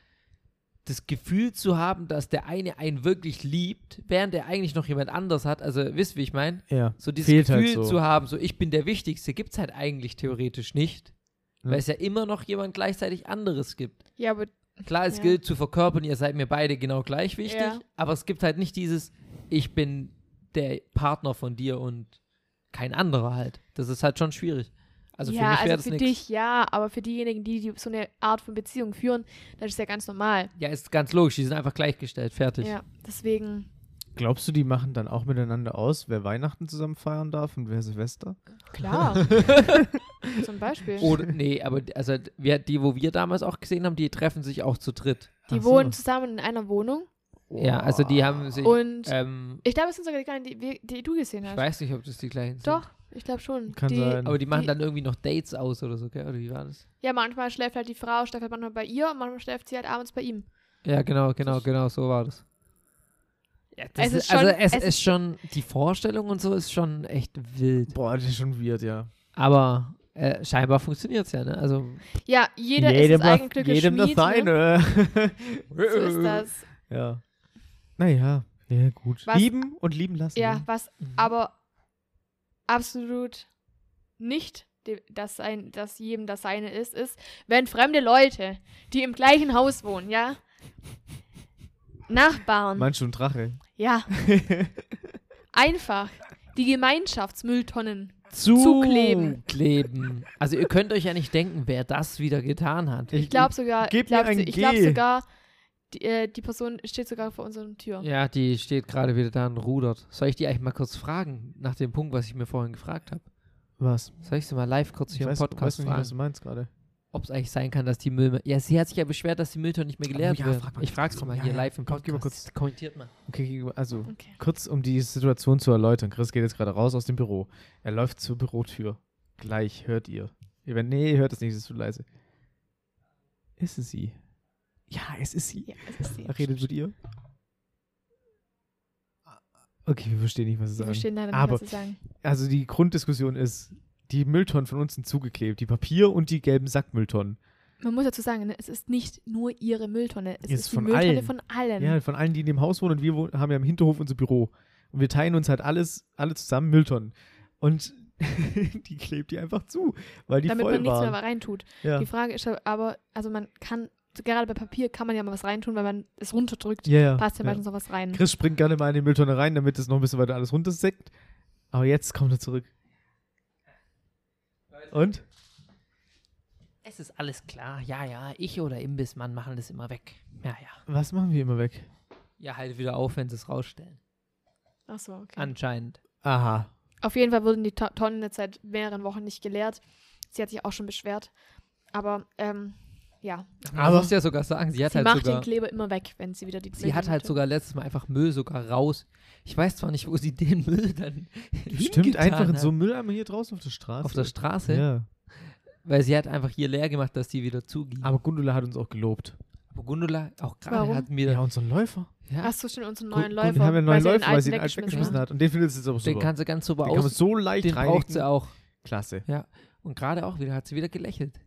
das Gefühl zu haben, dass der eine einen wirklich liebt, während er eigentlich noch jemand anders hat, also wisst wie ich meine?
ja.
So dieses
Fehlt halt
Gefühl
so.
zu haben, so ich bin der Wichtigste, gibt's halt eigentlich theoretisch nicht,
Ja.
weil es ja immer noch jemand gleichzeitig anderes gibt.
Ja, aber
Klar, es
Ja.
gilt zu verkörpern, ihr seid mir beide genau gleich wichtig,
Ja.
aber es gibt halt nicht dieses, ich bin der Partner von dir und kein anderer halt. Das ist halt schon schwierig. Also für
ja,
mich wäre
also für
das nichts.
dich ja, aber für diejenigen, die, die so eine Art von Beziehung führen, das ist ja ganz normal.
Ja, ist ganz logisch, die sind einfach gleichgestellt, fertig.
Ja, deswegen.
Glaubst du, die machen dann auch miteinander aus, wer Weihnachten zusammen feiern darf und wer Silvester?
Klar. Zum Beispiel.
Oder, nee, aber d- also d- wir, die, wo wir damals auch gesehen haben, die treffen sich auch zu dritt.
die
Ach so.
wohnen zusammen in einer Wohnung
Ja, also die haben sich,
und
äh,
ähm,
Ich glaube, es sind sogar die kleinen, die, wir- die du gesehen
ich
hast.
weiß nicht, ob das die gleichen sind.
Doch, ich glaube schon.
Kann
die,
sein.
Aber die machen
Die-
dann irgendwie noch Dates aus oder so, gell? Oder wie war das?
Ja, manchmal schläft halt die Frau, schläft halt manchmal bei ihr und manchmal schläft sie halt abends bei ihm.
Ja, genau, genau,
Das-
genau, so war das.
Es ist schon-
also es,
es
ist schon, die Vorstellung und so ist schon echt wild.
Boah, das ist schon weird, ja.
Aber äh, scheinbar funktioniert es ja, ne? Also,
Ja, jeder ist das eigene Glück
jedem das
Schmied, ne?
seine.
So ist das.
Ja. Naja, ja, gut.
Was-
Lieben und lieben lassen.
Ja,
ne?
was aber absolut nicht de- das sein, dass jedem das seine ist, ist, wenn fremde Leute, die im gleichen Haus wohnen, ja, Nachbarn,
Manche und Drache.
ja, einfach die Gemeinschaftsmülltonnen
zukleben.
Zukleben.
Kleben. Also, ihr könnt euch ja nicht denken, wer das wieder getan hat.
Ich glaube sogar,
Gib
ich
mir
glaube
ein
glaub
G.
sogar, die, äh, die Person steht sogar vor unserer Tür.
Ja, die steht gerade wieder da und rudert. Soll ich die eigentlich mal kurz fragen, nach dem Punkt, was ich mir vorhin gefragt habe?
Was?
Soll ich sie mal live kurz
Ich
hier
weiß,
im Podcast
weiß nicht, was du
fragen,
meinst gerade.
ob es eigentlich sein kann, dass die Müllmann. Ja, sie hat sich ja beschwert, dass die Mülltonnen nicht mehr
Oh
geleert
ja,
werden.
frag mal
ich
kurz,
frag's
komm,
mal
ja,
hier
ja,
live im
komm,
Podcast.
geh mal kurz.
Kommentiert mal.
Okay, also
Okay.
kurz um die Situation zu erläutern. Chris geht jetzt gerade raus aus dem Büro. Er läuft zur Bürotür. Gleich hört ihr. ihr werdet- nee, ihr hört es nicht, es ist zu leise. Ist es sie? Ja, es ist sie.
Ja, es ist sie.
Er redet mit ihr. Ah, Okay, wir verstehen nicht, was sie
Wir
sagen.
verstehen leider nicht,
Aber
was sie sagen.
also die Grunddiskussion ist, die Mülltonnen von uns sind zugeklebt. Die Papier- und die gelben Sackmülltonnen.
Man muss dazu sagen, ne, es ist nicht nur ihre Mülltonne, es
Ist
ist, die
von
Mülltonne
allen.
von allen.
Ähm.
Ja, von allen, die in dem Haus wohnen und wir wohnen, haben ja im Hinterhof unser Büro. Und wir teilen uns halt alles, alle zusammen Mülltonnen. Und die klebt die einfach zu, weil die
damit
voll
man nichts
waren.
mehr reintut.
ja.
Die Frage ist aber, also man kann, gerade bei Papier kann man ja mal was reintun, weil man es runterdrückt,
ja, ja.
passt ja,
ja.
meistens noch was rein.
Chris springt gerne mal in die Mülltonne rein, damit es noch ein bisschen weiter alles runterseckt. Aber jetzt kommt er zurück. Und?
Es ist alles klar. Ja, ja, ich oder Imbissmann machen das immer weg. Ja, ja.
Was machen wir immer weg?
Ja, halt wieder auf, wenn sie es rausstellen.
Ach so, okay.
Anscheinend.
Aha.
Auf jeden Fall wurden die To- Tonnen jetzt seit mehreren Wochen nicht geleert. Sie hat sich auch schon beschwert. Aber, ähm, ja.
du
Aber-
musst ja sogar sagen, sie hat
sie
halt
macht
sogar.
den Kleber immer weg, wenn sie wieder die
Sie hat
Mülltonne
halt
tut.
sogar letztes Mal einfach Müll sogar raus. Ich weiß zwar nicht, wo sie den Müll dann
Stimmt,
hingetan
einfach in
hat.
so einem Mülleimer hier draußen auf der Straße.
auf der Straße,
Ja.
weil sie hat einfach hier leer gemacht, dass die wieder zuging.
Aber Gundula hat uns auch gelobt.
Aber Gundula auch gerade
Warum?
hat
Ja,
mir
unseren Läufer.
ja,
Ach so, stimmt, unseren
Gu-
neuen
Gun-
Läufer.
Wir haben ja einen neuen
weil sie den
Läufer, weil sie den
alten
alten weggeschmissen
weggeschmissen hat.
hat. Und den findet sie jetzt aber
den
super.
kann sie ganz super
Den kann man
aus.
so leicht
Den braucht sie
reinigen.
auch.
Klasse.
Und gerade auch wieder hat sie wieder gelächelt.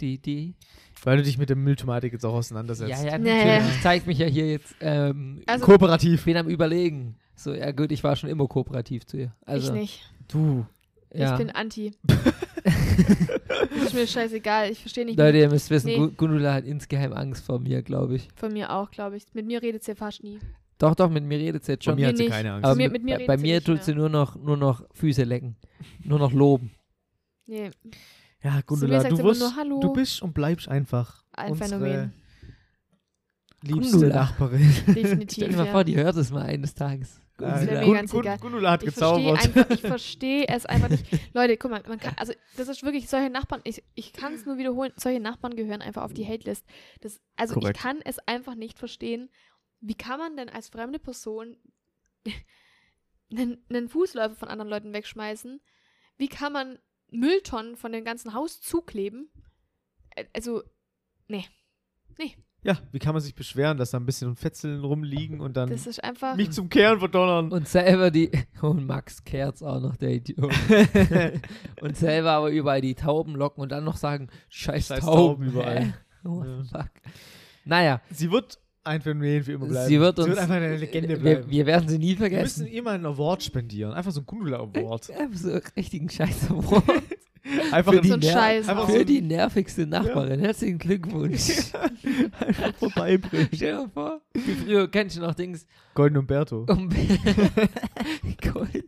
Die, die.
Weil du dich mit der Müllthematik jetzt auch auseinandersetzt.
Ja, ja, natürlich.
Nee.
Ich zeige mich ja hier jetzt.
Äh,
Ähm,
Also
ich
Kooperativ.
bin am Überlegen. So, ja gut, ich war schon immer kooperativ zu ihr. Also,
ich nicht.
Du.
Ja.
Ich bin anti. ist mir scheißegal. Ich verstehe nicht.
Leute, ihr müsst wissen,
Nee.
Gu- Gundula hat insgeheim Angst vor mir, glaube ich.
Von mir auch, glaube ich. Mit mir redet sie fast nie.
Doch, doch, mit mir redet sie jetzt
Von
schon.
mir
Mir
hat sie
nicht.
keine Angst.
Aber
mir-
mit,
mit mir
bei,
redet
bei
sie
mir
nicht
tut
mehr.
sie nur noch, nur noch Füße lecken. Nur noch loben.
Nee.
ja, Gundula,
Gundula sagt
du,
immer
wirst,
nur Hallo.
du bist und bleibst einfach
Ein
unsere
Phänomen.
liebste
Gundula.
Nachbarin.
Stell
Definitiv.
dir mal
ja.
vor, die hört es mal eines Tages.
Das wär
Gundula.
mir mega. ganz egal.
Äh, Gundula hat
Ich verstehe
gezaubert.
einfach, ich verstehe es einfach nicht. Leute, guck mal, man kann, also das ist wirklich, solche Nachbarn, ich, ich kann es nur wiederholen, solche Nachbarn gehören einfach auf die Hate-List. Das, also
Korrekt.
ich kann es einfach nicht verstehen. Wie kann man denn als fremde Person einen, einen Fußläufer von anderen Leuten wegschmeißen? Wie kann man Mülltonnen von dem ganzen Haus zukleben? Ä- Also,
Ja, wie kann man sich beschweren, dass da ein bisschen Fetzeln rumliegen und dann
das ist einfach.
mich zum Kern verdonnern?
Und selber die. Und Max Kerz auch noch, der Idiot. und selber aber überall die Tauben locken und dann noch sagen: Scheiß,
Scheiß
Tauben,
Tauben überall.
hä? What
Ja.
the fuck. Naja,
Sie wird ein Phänomen für immer bleiben.
sie wird uns.
einfach eine Legende
wir,
bleiben.
wir werden sie nie
Wir müssen
vergessen.
ihr mal einen Award spendieren. Einfach so einen Gundula-Award.
Ja, so richtigen Scheiß Award.
Einfach
Für
ein
so ein
die Ner-
Scheiß.
einfach
auch.
Für die nervigste Nachbarin. Herzlichen Glückwunsch.
vorbeibringen.
Stell dir mal vor, wie früher kennst du noch Dings.
Golden Umberto.
Um Gold.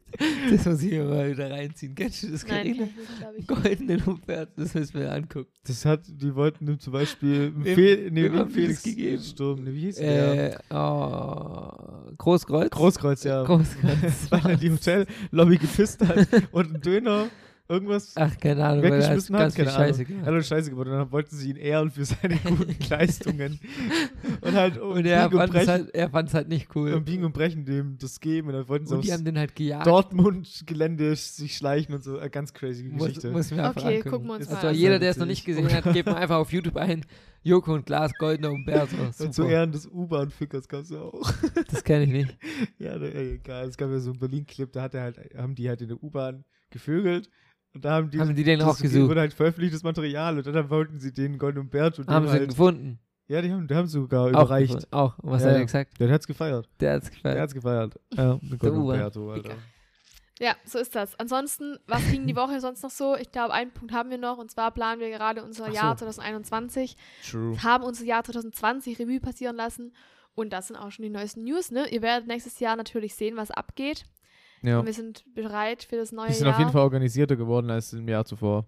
Das muss ich mir mal wieder reinziehen. Kennst du das,
Nein,
Karina?
kann ich nicht, glaub ich.
Goldenen Humpert, das müssen wir angucken.
Das hat, die wollten ihm zum Beispiel
Wem-
Fe
wem
nee, wem
haben die das
Felix
gegeben?
Sturm. Nee, wie hieß der?
Äh, oh, Großkreuz?
Großkreuz, ja.
Großkreuz.
Weil er die Hotellobby gepisst hat und einen Döner, irgendwas
Ach, keine Ahnung, Ah, weil er
weggeschmissen hat.
ganz viel
Keine Ahnung.
Scheiße
Er
gemacht.
hat uns Scheiße gemacht und dann wollten sie ihn ehren für seine guten Leistungen. Und halt um
Und er
Biegen und
fand es
Brechen,
halt, er fand's halt nicht cool.
um Biegen und Brechen dem das geben und dann wollten sie
Und die
aufs
haben den halt gejagt.
Dortmund-Gelände sich schleichen und so. Eine ganz crazy
muss,
Geschichte.
muss mir einfach
Okay,
angucken.
gucken wir uns
Das
mal
Also
an.
war
jeder, der es noch
Witzig.
nicht gesehen hat, gebt mal einfach auf YouTube ein. Joko und Glas, Goldener Umberto.
und zu
Super.
Ehren des U-Bahn-Fickers gab es ja auch.
Das kenne ich nicht.
Ja, ne, ey, egal. Es gab ja so einen Berlin-Clip, da hat er halt, haben die halt in der U-Bahn gevögelt. Und da haben die,
Haben die den auch
das
gesucht?
wurde halt veröffentlichtes Material und dann wollten sie den Golden Bert und
Haben
dem
sie ihn
halt,
gefunden?
Ja, die haben, die haben sogar
Auch
überreicht.
gefunden. Auch. Und was
Ja,
hat
ja.
er gesagt?
Der hat's gefeiert.
Der hat's
Der
gefallen.
hat's gefeiert. Ja, den Golden
U-Bahn.
Berto, Alter.
Ja, so ist das. Ansonsten, was ging die Woche sonst noch so? Ich glaube, einen Punkt haben wir noch und zwar planen wir gerade unser
Ach
Jahr
so.
2021,
True.
haben unser Jahr 2020 Revue passieren lassen und das sind auch schon die neuesten News, ne? Ihr werdet nächstes Jahr natürlich sehen, was abgeht.
Ja.
Und wir sind bereit für das neue
Die sind
Jahr.
auf jeden Fall organisierter geworden als im Jahr zuvor.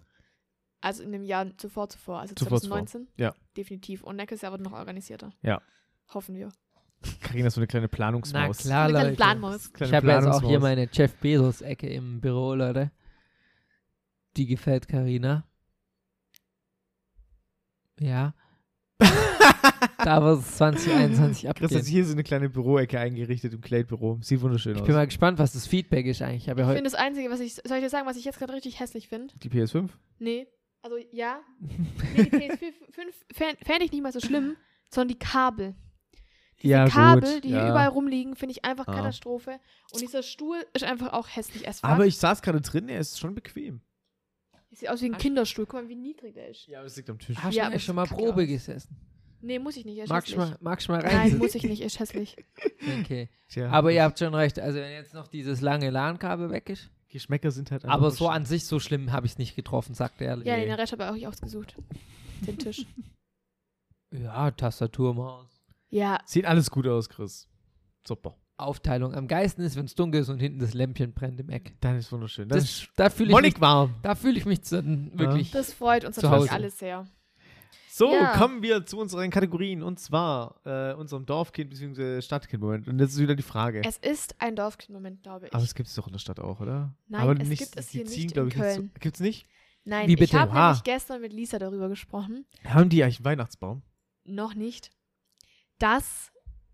Also in dem Jahr zuvor, zuvor, also
Zuvor, zuvor.
2019.
Ja.
Definitiv. Und nächstes Jahr wird noch organisierter.
Ja.
Hoffen wir.
Karina ist so eine kleine
Na
Planungsmaus.
klar,
Mit einem
Leute.
Planmaus.
Kleine
ich habe jetzt auch
Planungsmaus.
hier meine Jeff Bezos-Ecke im Büro, Leute. Die gefällt Karina. Ja. da wird es 2021
Chris hat
abgehen.
sich hier so eine kleine Büroecke eingerichtet im Clay-Büro. Sieht wunderschön
Ich
aus.
bin mal gespannt, was das Feedback ist eigentlich. Ich habe ja
Ich
heute
finde das Einzige, was ich, soll ich dir sagen, was ich jetzt gerade richtig hässlich finde?
die PS5?
Nee. Also ja. nee, die PS5 fände ich nicht mal so schlimm, sondern die Kabel.
ja,
die Kabel,
gut.
die
ja.
hier überall rumliegen, finde ich einfach
Ah.
Katastrophe. Und dieser Stuhl ist einfach auch hässlich. Es
Aber ich saß gerade drin, er ist schon bequem.
sieht aus wie ein Kinderstuhl. Guck mal, wie niedrig der ist.
Ja, aber es liegt am Tisch.
hast
Ja,
du
aber
eigentlich schon mal
es sieht kacke
Probe
aus.
gesessen.
Nee, muss ich nicht. Ist
Magst du
hässlich.
mal, magst du mal
Nein,
rein?
muss ich nicht. Ist hässlich.
okay.
Tja,
Aber ihr habt schon recht. Also wenn jetzt noch dieses lange LAN-Kabel weg ist.
Geschmäcker sind halt einfach
Aber so
verschieden.
an sich so schlimm habe ich es nicht getroffen, sagt er.
Ja, den Rest habe ich auch ausgesucht. Den Tisch.
ja, Tastatur, Maus.
Ja,
Sieht alles gut aus, Chris. Super.
Aufteilung. Am geilsten ist, wenn es dunkel ist und hinten das Lämpchen brennt im Eck.
Dann ist wunderschön. Das,
Das, da fühle ich, mich-
Monik warm.
da fühl ich mich dann wirklich.
das freut uns
Zu
natürlich
Hause.
alle sehr.
So,
Ja.
kommen wir zu unseren Kategorien und zwar äh, unserem Dorfkind bzw. Stadtkind-Moment. Und jetzt ist wieder die Frage.
Es ist ein Dorfkind-Moment, glaube ich.
aber es gibt es doch in der Stadt auch, oder?
Nein,
aber
es
nicht,
gibt es
die
hier nicht
ziehen,
in
glaub ich,
Köln.
Nicht zu, gibt's nicht?
Nein,
Wie bitte?
ich habe
Oha.
nämlich gestern mit Lisa darüber gesprochen.
Haben die eigentlich einen Weihnachtsbaum?
Noch nicht. Dass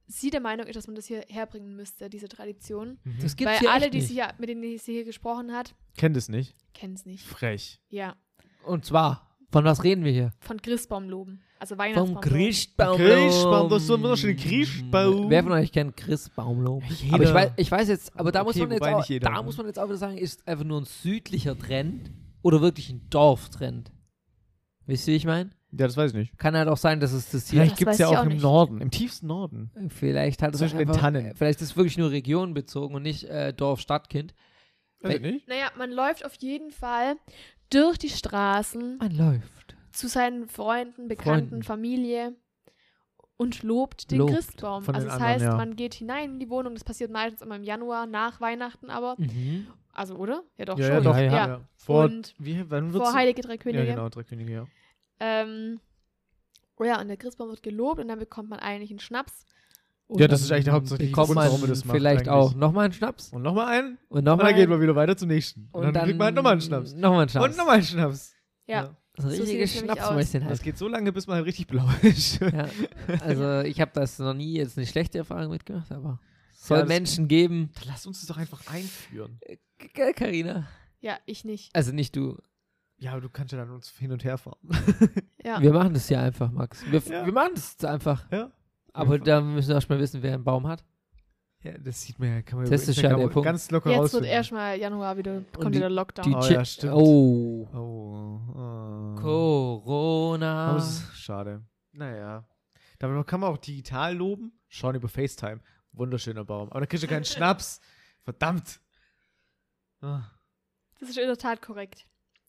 sie der Meinung ist, dass man das hier herbringen müsste, diese Tradition.
Mhm.
Das gibt's
Weil
hier
alle,
echt
die
nicht.
sie hier, mit denen sie hier gesprochen hat,
Kennt es nicht?
kennen es nicht.
Frech.
Ja,
Und zwar, von was reden wir hier?
von Christbaum loben. Also
Vom
Weihnachtsbaum.
Christbaum.
Christbaum, das ist so ein wunderschöner Christbaum.
Wer von euch kennt Christbaumlob?
Jeder.
Aber ich weiß, ich weiß jetzt, aber da, muss
Okay,
man jetzt
wobei
auch,
nicht jeder,
da
ne?
muss man jetzt auch wieder sagen, ist einfach nur ein südlicher Trend oder wirklich ein Dorftrend. Wisst ihr, wie ich meine?
Ja, das weiß ich nicht.
Kann halt auch sein, dass es das Ziel
Vielleicht
Das
gibt es
weiß
ja
ich
auch,
auch
im
nicht.
Norden, im tiefsten Norden.
Vielleicht hat es
Zwischen
auch
den
einfach-
Tannen.
Vielleicht ist es wirklich nur regionenbezogen und nicht äh, Dorf-Stadtkind. Weiß ich
nicht?
Naja, man läuft auf jeden Fall durch die Straßen
Man läuft.
zu seinen Freunden, Bekannten,
Freunden.
Familie und lobt den
Lobt
Christbaum.
von
also
den
das
anderen,
heißt,
ja.
man geht hinein in die Wohnung. Das passiert meistens immer im Januar, nach Weihnachten aber.
Mhm.
Also, oder? Ja, doch,
Ja, ja,
schon.
doch,
ja,
ja.
ja.
Vor,
Und
wie, wann wird's?
Vor Heilige Drei
ja,
Könige.
genau, drei Könige, ja.
ähm, oh ja, und der Christbaum wird gelobt und dann bekommt man eigentlich einen Schnaps.
Und
Ja, das
dann
ist eigentlich der hauptsächliche
bekommt
Grund,
man
warum man das macht
Vielleicht
eigentlich.
auch nochmal einen Schnaps.
Und nochmal einen.
Und
Und dann
nochmal
gehen wir wieder weiter zum nächsten.
Und dann
kriegt man halt nochmal einen Schnaps.
Nochmal einen Schnaps.
Und nochmal einen Schnaps.
Ja.
Das ist
So
ein richtiges
sieht's nämlich aus.
Schnapsmäuschen
Das
halt.
geht so lange, bis man halt richtig blau ist.
Ja. Also ich habe das noch nie jetzt eine schlechte Erfahrung mitgemacht, aber es soll
das-
Menschen geben.
Lass uns das doch einfach einführen.
Gell, Carina?
Ja, ich nicht.
Also nicht du.
Ja, aber du kannst ja dann uns hin und her fahren.
Ja.
Wir machen das ja einfach, Max. Wir,
Ja.
wir machen das einfach.
Ja.
Aber da müssen wir erstmal wissen, wer einen Baum hat.
Ja, das sieht man ja, kann man
Das
über
ist ja
Instagram
der Punkt.
ganz locker
Jetzt wird
rausfinden.
erstmal Januar wieder, kommt
die-
wieder Lockdown.
Die
Oh
Chi-
ja, stimmt.
Oh.
Oh, oh. Aber
Corona.
es ist schade. Naja. Damit kann man auch digital loben. Schauen über FaceTime. Wunderschöner Baum. Aber da kriegst du keinen Schnaps. Verdammt. Ah.
Das ist in der Tat korrekt.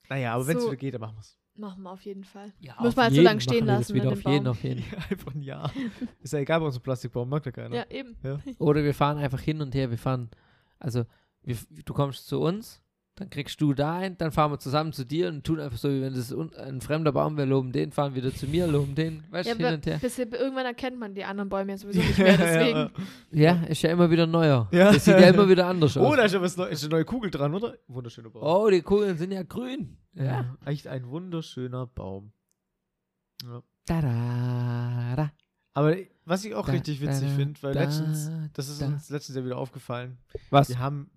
Naja, aber wenn es
So.
wieder geht, dann machen wir es.
Machen wir auf jeden Fall.
Ja,
Muss
auf
man halt so
jeden
lange stehen
machen wir das
lassen,
Wieder
ne,
auf
den
jeden,
Baum.
auf jeden.
einfach ein Jahr. Ist ja egal bei unserem Plastikbaum, merkt ja keiner.
Ja, eben.
Oder wir fahren einfach hin und her. Wir fahren, also wir, f- du kommst zu uns, dann kriegst du da ein, dann fahren wir zusammen zu dir und tun einfach so, wie wenn das un, ein fremder Baum wäre, loben den, fahren wieder zu mir, loben den, weißt du,
Ja,
hin
aber
und her.
bis, irgendwann erkennt man die anderen Bäume ja sowieso nicht mehr, deswegen.
Ja, ist ja immer wieder neuer.
Ja.
Das sieht ja immer wieder anders
Oh,
aus.
da ist ja was Neu ist eine neue Kugel dran, oder? Wunderschöner Baum.
Oh, die Kugeln sind ja grün. Ja.
Echt ein wunderschöner Baum. Ja.
Da, da, da.
Aber was ich auch
Da,
richtig witzig
da,
finde, weil
da,
letztens, das ist
da.
uns letztens ja wieder aufgefallen,
Was?
wir haben,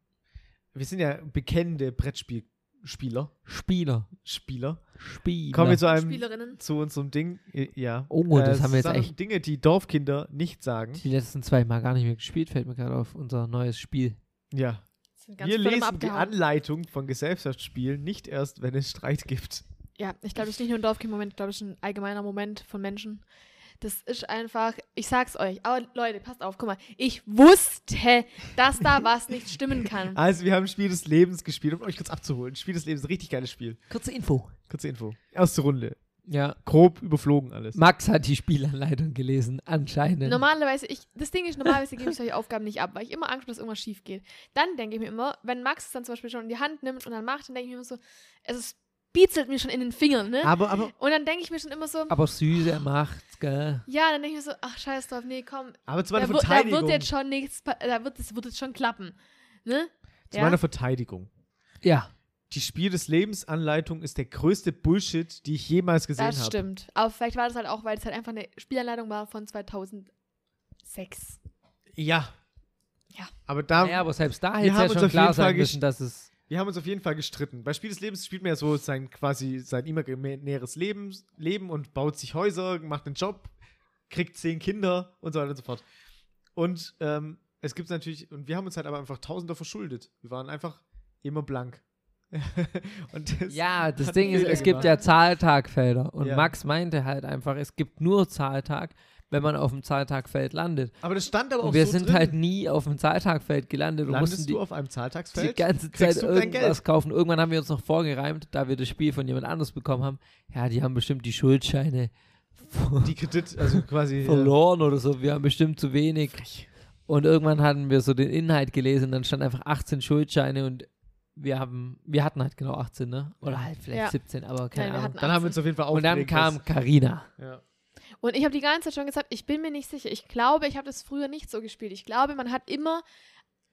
wir sind ja bekennende Brettspielspieler,
Spieler.
Spieler.
Spieler.
Kommen wir zu einem,
Spielerinnen.
zu unserem Ding, äh, ja.
Oh, das haben wir jetzt
Sachen-
echt-
Dinge, die Dorfkinder nicht sagen.
die letzten zwei Mal gar nicht mehr gespielt, fällt mir gerade auf. Unser neues Spiel.
Ja.
Sind ganz
wir
voll im
lesen die
Abgehauen.
Anleitung von Gesellschaftsspielen nicht erst, wenn es Streit gibt.
Ja, ich glaube, das ist nicht nur ein Dorfkind-Moment, ich glaube, das ist ein allgemeiner Moment von Menschen. Das ist einfach, ich sag's euch, aber Leute, passt auf, guck mal, ich wusste, dass da was nicht stimmen kann.
Also, wir haben Spiel des Lebens gespielt, um euch kurz abzuholen. Spiel des Lebens, richtig geiles Spiel.
Kurze Info.
Kurze Info. Erste Runde.
Ja.
Grob überflogen alles.
Max hat die Spielanleitung gelesen, anscheinend.
Normalerweise, ich, das Ding ist, normalerweise gebe ich solche Aufgaben nicht ab, weil ich immer Angst habe, dass irgendwas schief geht. Dann denke ich mir immer, wenn Max es dann zum Beispiel schon in die Hand nimmt und dann macht, dann denke ich mir immer so, es ist, biezelt mir schon in den Fingern, ne?
Aber, aber,
Und dann denke ich mir schon immer so,
Aber süße macht's, gell?
ja, dann denke ich mir so, ach scheiß drauf, nee, komm,
aber zu meiner
da, wird- da
Verteidigung.
wird jetzt schon nichts, pa- da wird es wird jetzt schon klappen, ne?
zu meiner Verteidigung.
Ja.
Die Spiel des Lebens Anleitung ist der größte Bullshit, die ich jemals gesehen
Das
habe.
stimmt. Aber vielleicht war das halt auch, weil es halt einfach eine Spielanleitung war von 2006.
Ja.
Ja.
Aber da,
Naja, aber selbst da
wir
hätte es
haben
ja
uns
schon
auf
klar
jeden Fall
sein müssen,
gest-
dass es.
wir haben uns auf jeden Fall gestritten. Bei Spiel des Lebens spielt man ja so sein quasi sein imaginäres Leben, Leben und baut sich Häuser, macht einen Job, kriegt zehn Kinder und so weiter und so fort. Und ähm, es gibt natürlich, und wir haben uns halt aber einfach Tausender verschuldet. Wir waren einfach immer blank. und das,
Ja, das
hat
Ding ist,
jeder
es gibt
gemacht.
ja Zahltagfelder. Und
Ja.
Max meinte halt einfach, es gibt nur Zahltag, wenn man auf dem Zahltagfeld landet.
Aber das stand aber auch
Und wir
so
sind
drin.
halt nie auf dem Zahltagfeld gelandet und mussten
Landest
die,
du auf einem
die
Zahltagsfeld?
ganze Zeit
kriegst du dein
irgendwas kaufen. Irgendwann haben wir uns noch vorgereimt, da wir das Spiel von jemand anders bekommen haben. Ja, die haben bestimmt die Schuldscheine ver-
Die Kredit, also quasi.
verloren oder so. Wir haben bestimmt zu wenig. Und irgendwann hatten wir so den Inhalt gelesen, dann stand einfach 18 Schuldscheine und wir haben, wir hatten halt genau 18, ne? Oder halt vielleicht
Ja.
17, aber keine
Nein, wir
Ahnung.
hatten
Dann haben wir uns auf jeden Fall
Und dann
aufgeregt,
kam Karina.
dass- Ja.
Und ich habe die ganze Zeit schon gesagt, ich bin mir nicht sicher. Ich glaube, ich habe das früher nicht so gespielt. Ich glaube, man hat immer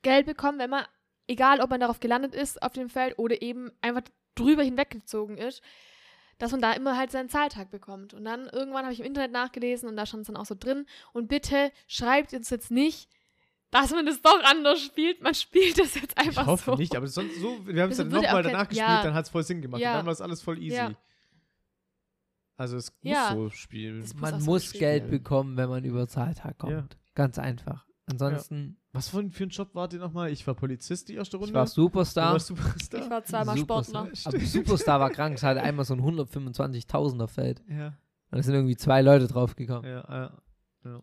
Geld bekommen, wenn man, egal ob man darauf gelandet ist auf dem Feld oder eben einfach drüber hinweggezogen ist, dass man da immer halt seinen Zahltag bekommt. Und dann irgendwann habe ich im Internet nachgelesen und da stand es dann auch so drin. Und bitte schreibt uns jetzt nicht, dass man das doch anders spielt. Man spielt das jetzt
Ich
einfach
hoffe
so.
nicht, aber sonst so, wir haben es
Das
dann
würde
nochmal
auch kein-
danach gespielt,
ja.
dann hat es voll Sinn gemacht.
Ja.
Und dann war es alles voll easy.
Ja.
Also es muss
Ja.
so spielen.
Das- muss auch
Man
so
muss
gespielt
Geld
werden.
bekommen, wenn man über Zahltag kommt.
Ja.
Ganz einfach. Ansonsten,
Was für ein, für ein Job wart ihr nochmal? Ich war Polizist die erste Runde.
ich war
Du
Superstar.
warst Superstar.
Ich war zweimal
Superstar.
Sportler.
Aber Superstar war krank, es hatte einmal so ein 125.000er Feld.
ja.
Und es sind irgendwie zwei Leute draufgekommen.
Ja, äh, ja.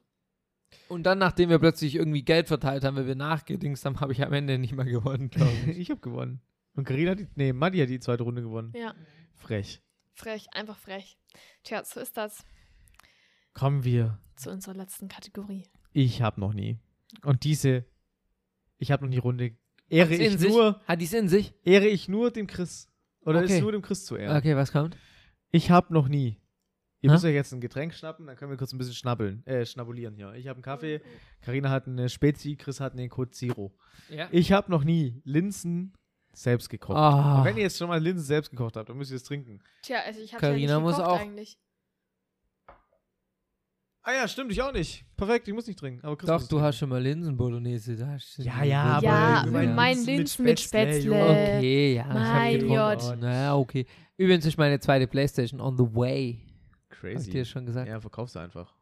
Und dann, nachdem wir plötzlich irgendwie Geld verteilt haben, weil wir nachgedingst haben, habe ich am Ende nicht mal gewonnen, glaube ich.
ich habe gewonnen. Und Karina hat die, nee, Madi hat die zweite Runde gewonnen.
Ja,
Frech.
frech, einfach frech. Tja, so ist das
Kommen wir.
zu unserer letzten Kategorie.
Ich habe noch nie. Und diese, ich habe noch nie Runde. Ehre
Hat's in
ich
sich?
nur,
Hat die es in sich?
ehre ich nur dem Chris. Oder
Okay.
ist nur dem Chris zu ehren.
Okay, was kommt?
Ich habe noch nie. Ihr
Hä?
müsst euch jetzt ein Getränk schnappen, dann können wir kurz ein bisschen schnabbeln, äh, schnabulieren hier. Ich habe einen Kaffee, Karina hat eine Spezi, Chris hat einen Code Zero.
Ja.
Ich habe noch nie Linsen selbst gekocht.
Ah.
Und wenn ihr jetzt schon mal Linsen selbst gekocht habt, dann müsst ihr es trinken.
Tja, also ich habe
Carina
ja nicht
muss
gekocht
auch.
eigentlich.
Ah ja, stimmt, ich auch nicht. Perfekt, ich muss nicht trinken. Aber Chris muss
Doch,
es
du
trinken.
hast schon mal Linsen-Bolognese. da hast du-
Ja, ja, aber-
Ja,
ich
mit
meine,
meinen
mit
Linsen mit
Spätzle,
Spätzle.
Junge.
Okay, ja.
Mein
ich hab getrunken.
Gott.
Naja, okay. Übrigens ist meine zweite Playstation on the way. Hab ich
Crazy.
dir schon gesagt.
Ja, verkauf sie einfach.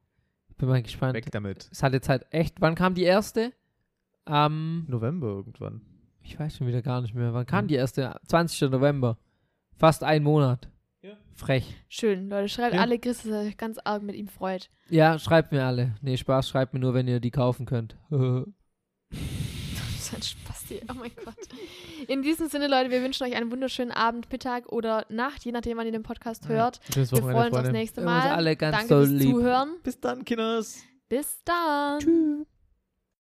Bin mal gespannt.
Weg damit.
Es hat jetzt halt echt. Wann kam die erste? Ähm,
November irgendwann.
ich weiß schon wieder gar nicht mehr. Wann kam die erste? 20. November. Fast ein Monat.
Ja.
Frech.
Schön, Leute, schreibt
Ja.
alle Chris, dass er sich ganz arg mit ihm freut.
Ja, schreibt mir alle. Nee, Spaß, schreibt mir nur, wenn ihr die kaufen könnt.
So ein Spasti, oh mein Gott. In diesem Sinne, Leute, wir wünschen euch einen wunderschönen Abend, Mittag oder Nacht, je nachdem, wann ihr den Podcast
Ja.
hört.
Schönes
Wir freuen uns aufs
Freunde.
nächste
Wir haben uns
Mal.
alle ganz
Danke
doll
fürs
lieb.
Zuhören.
Bis dann, Kinders.
Bis dann.
Tschüss.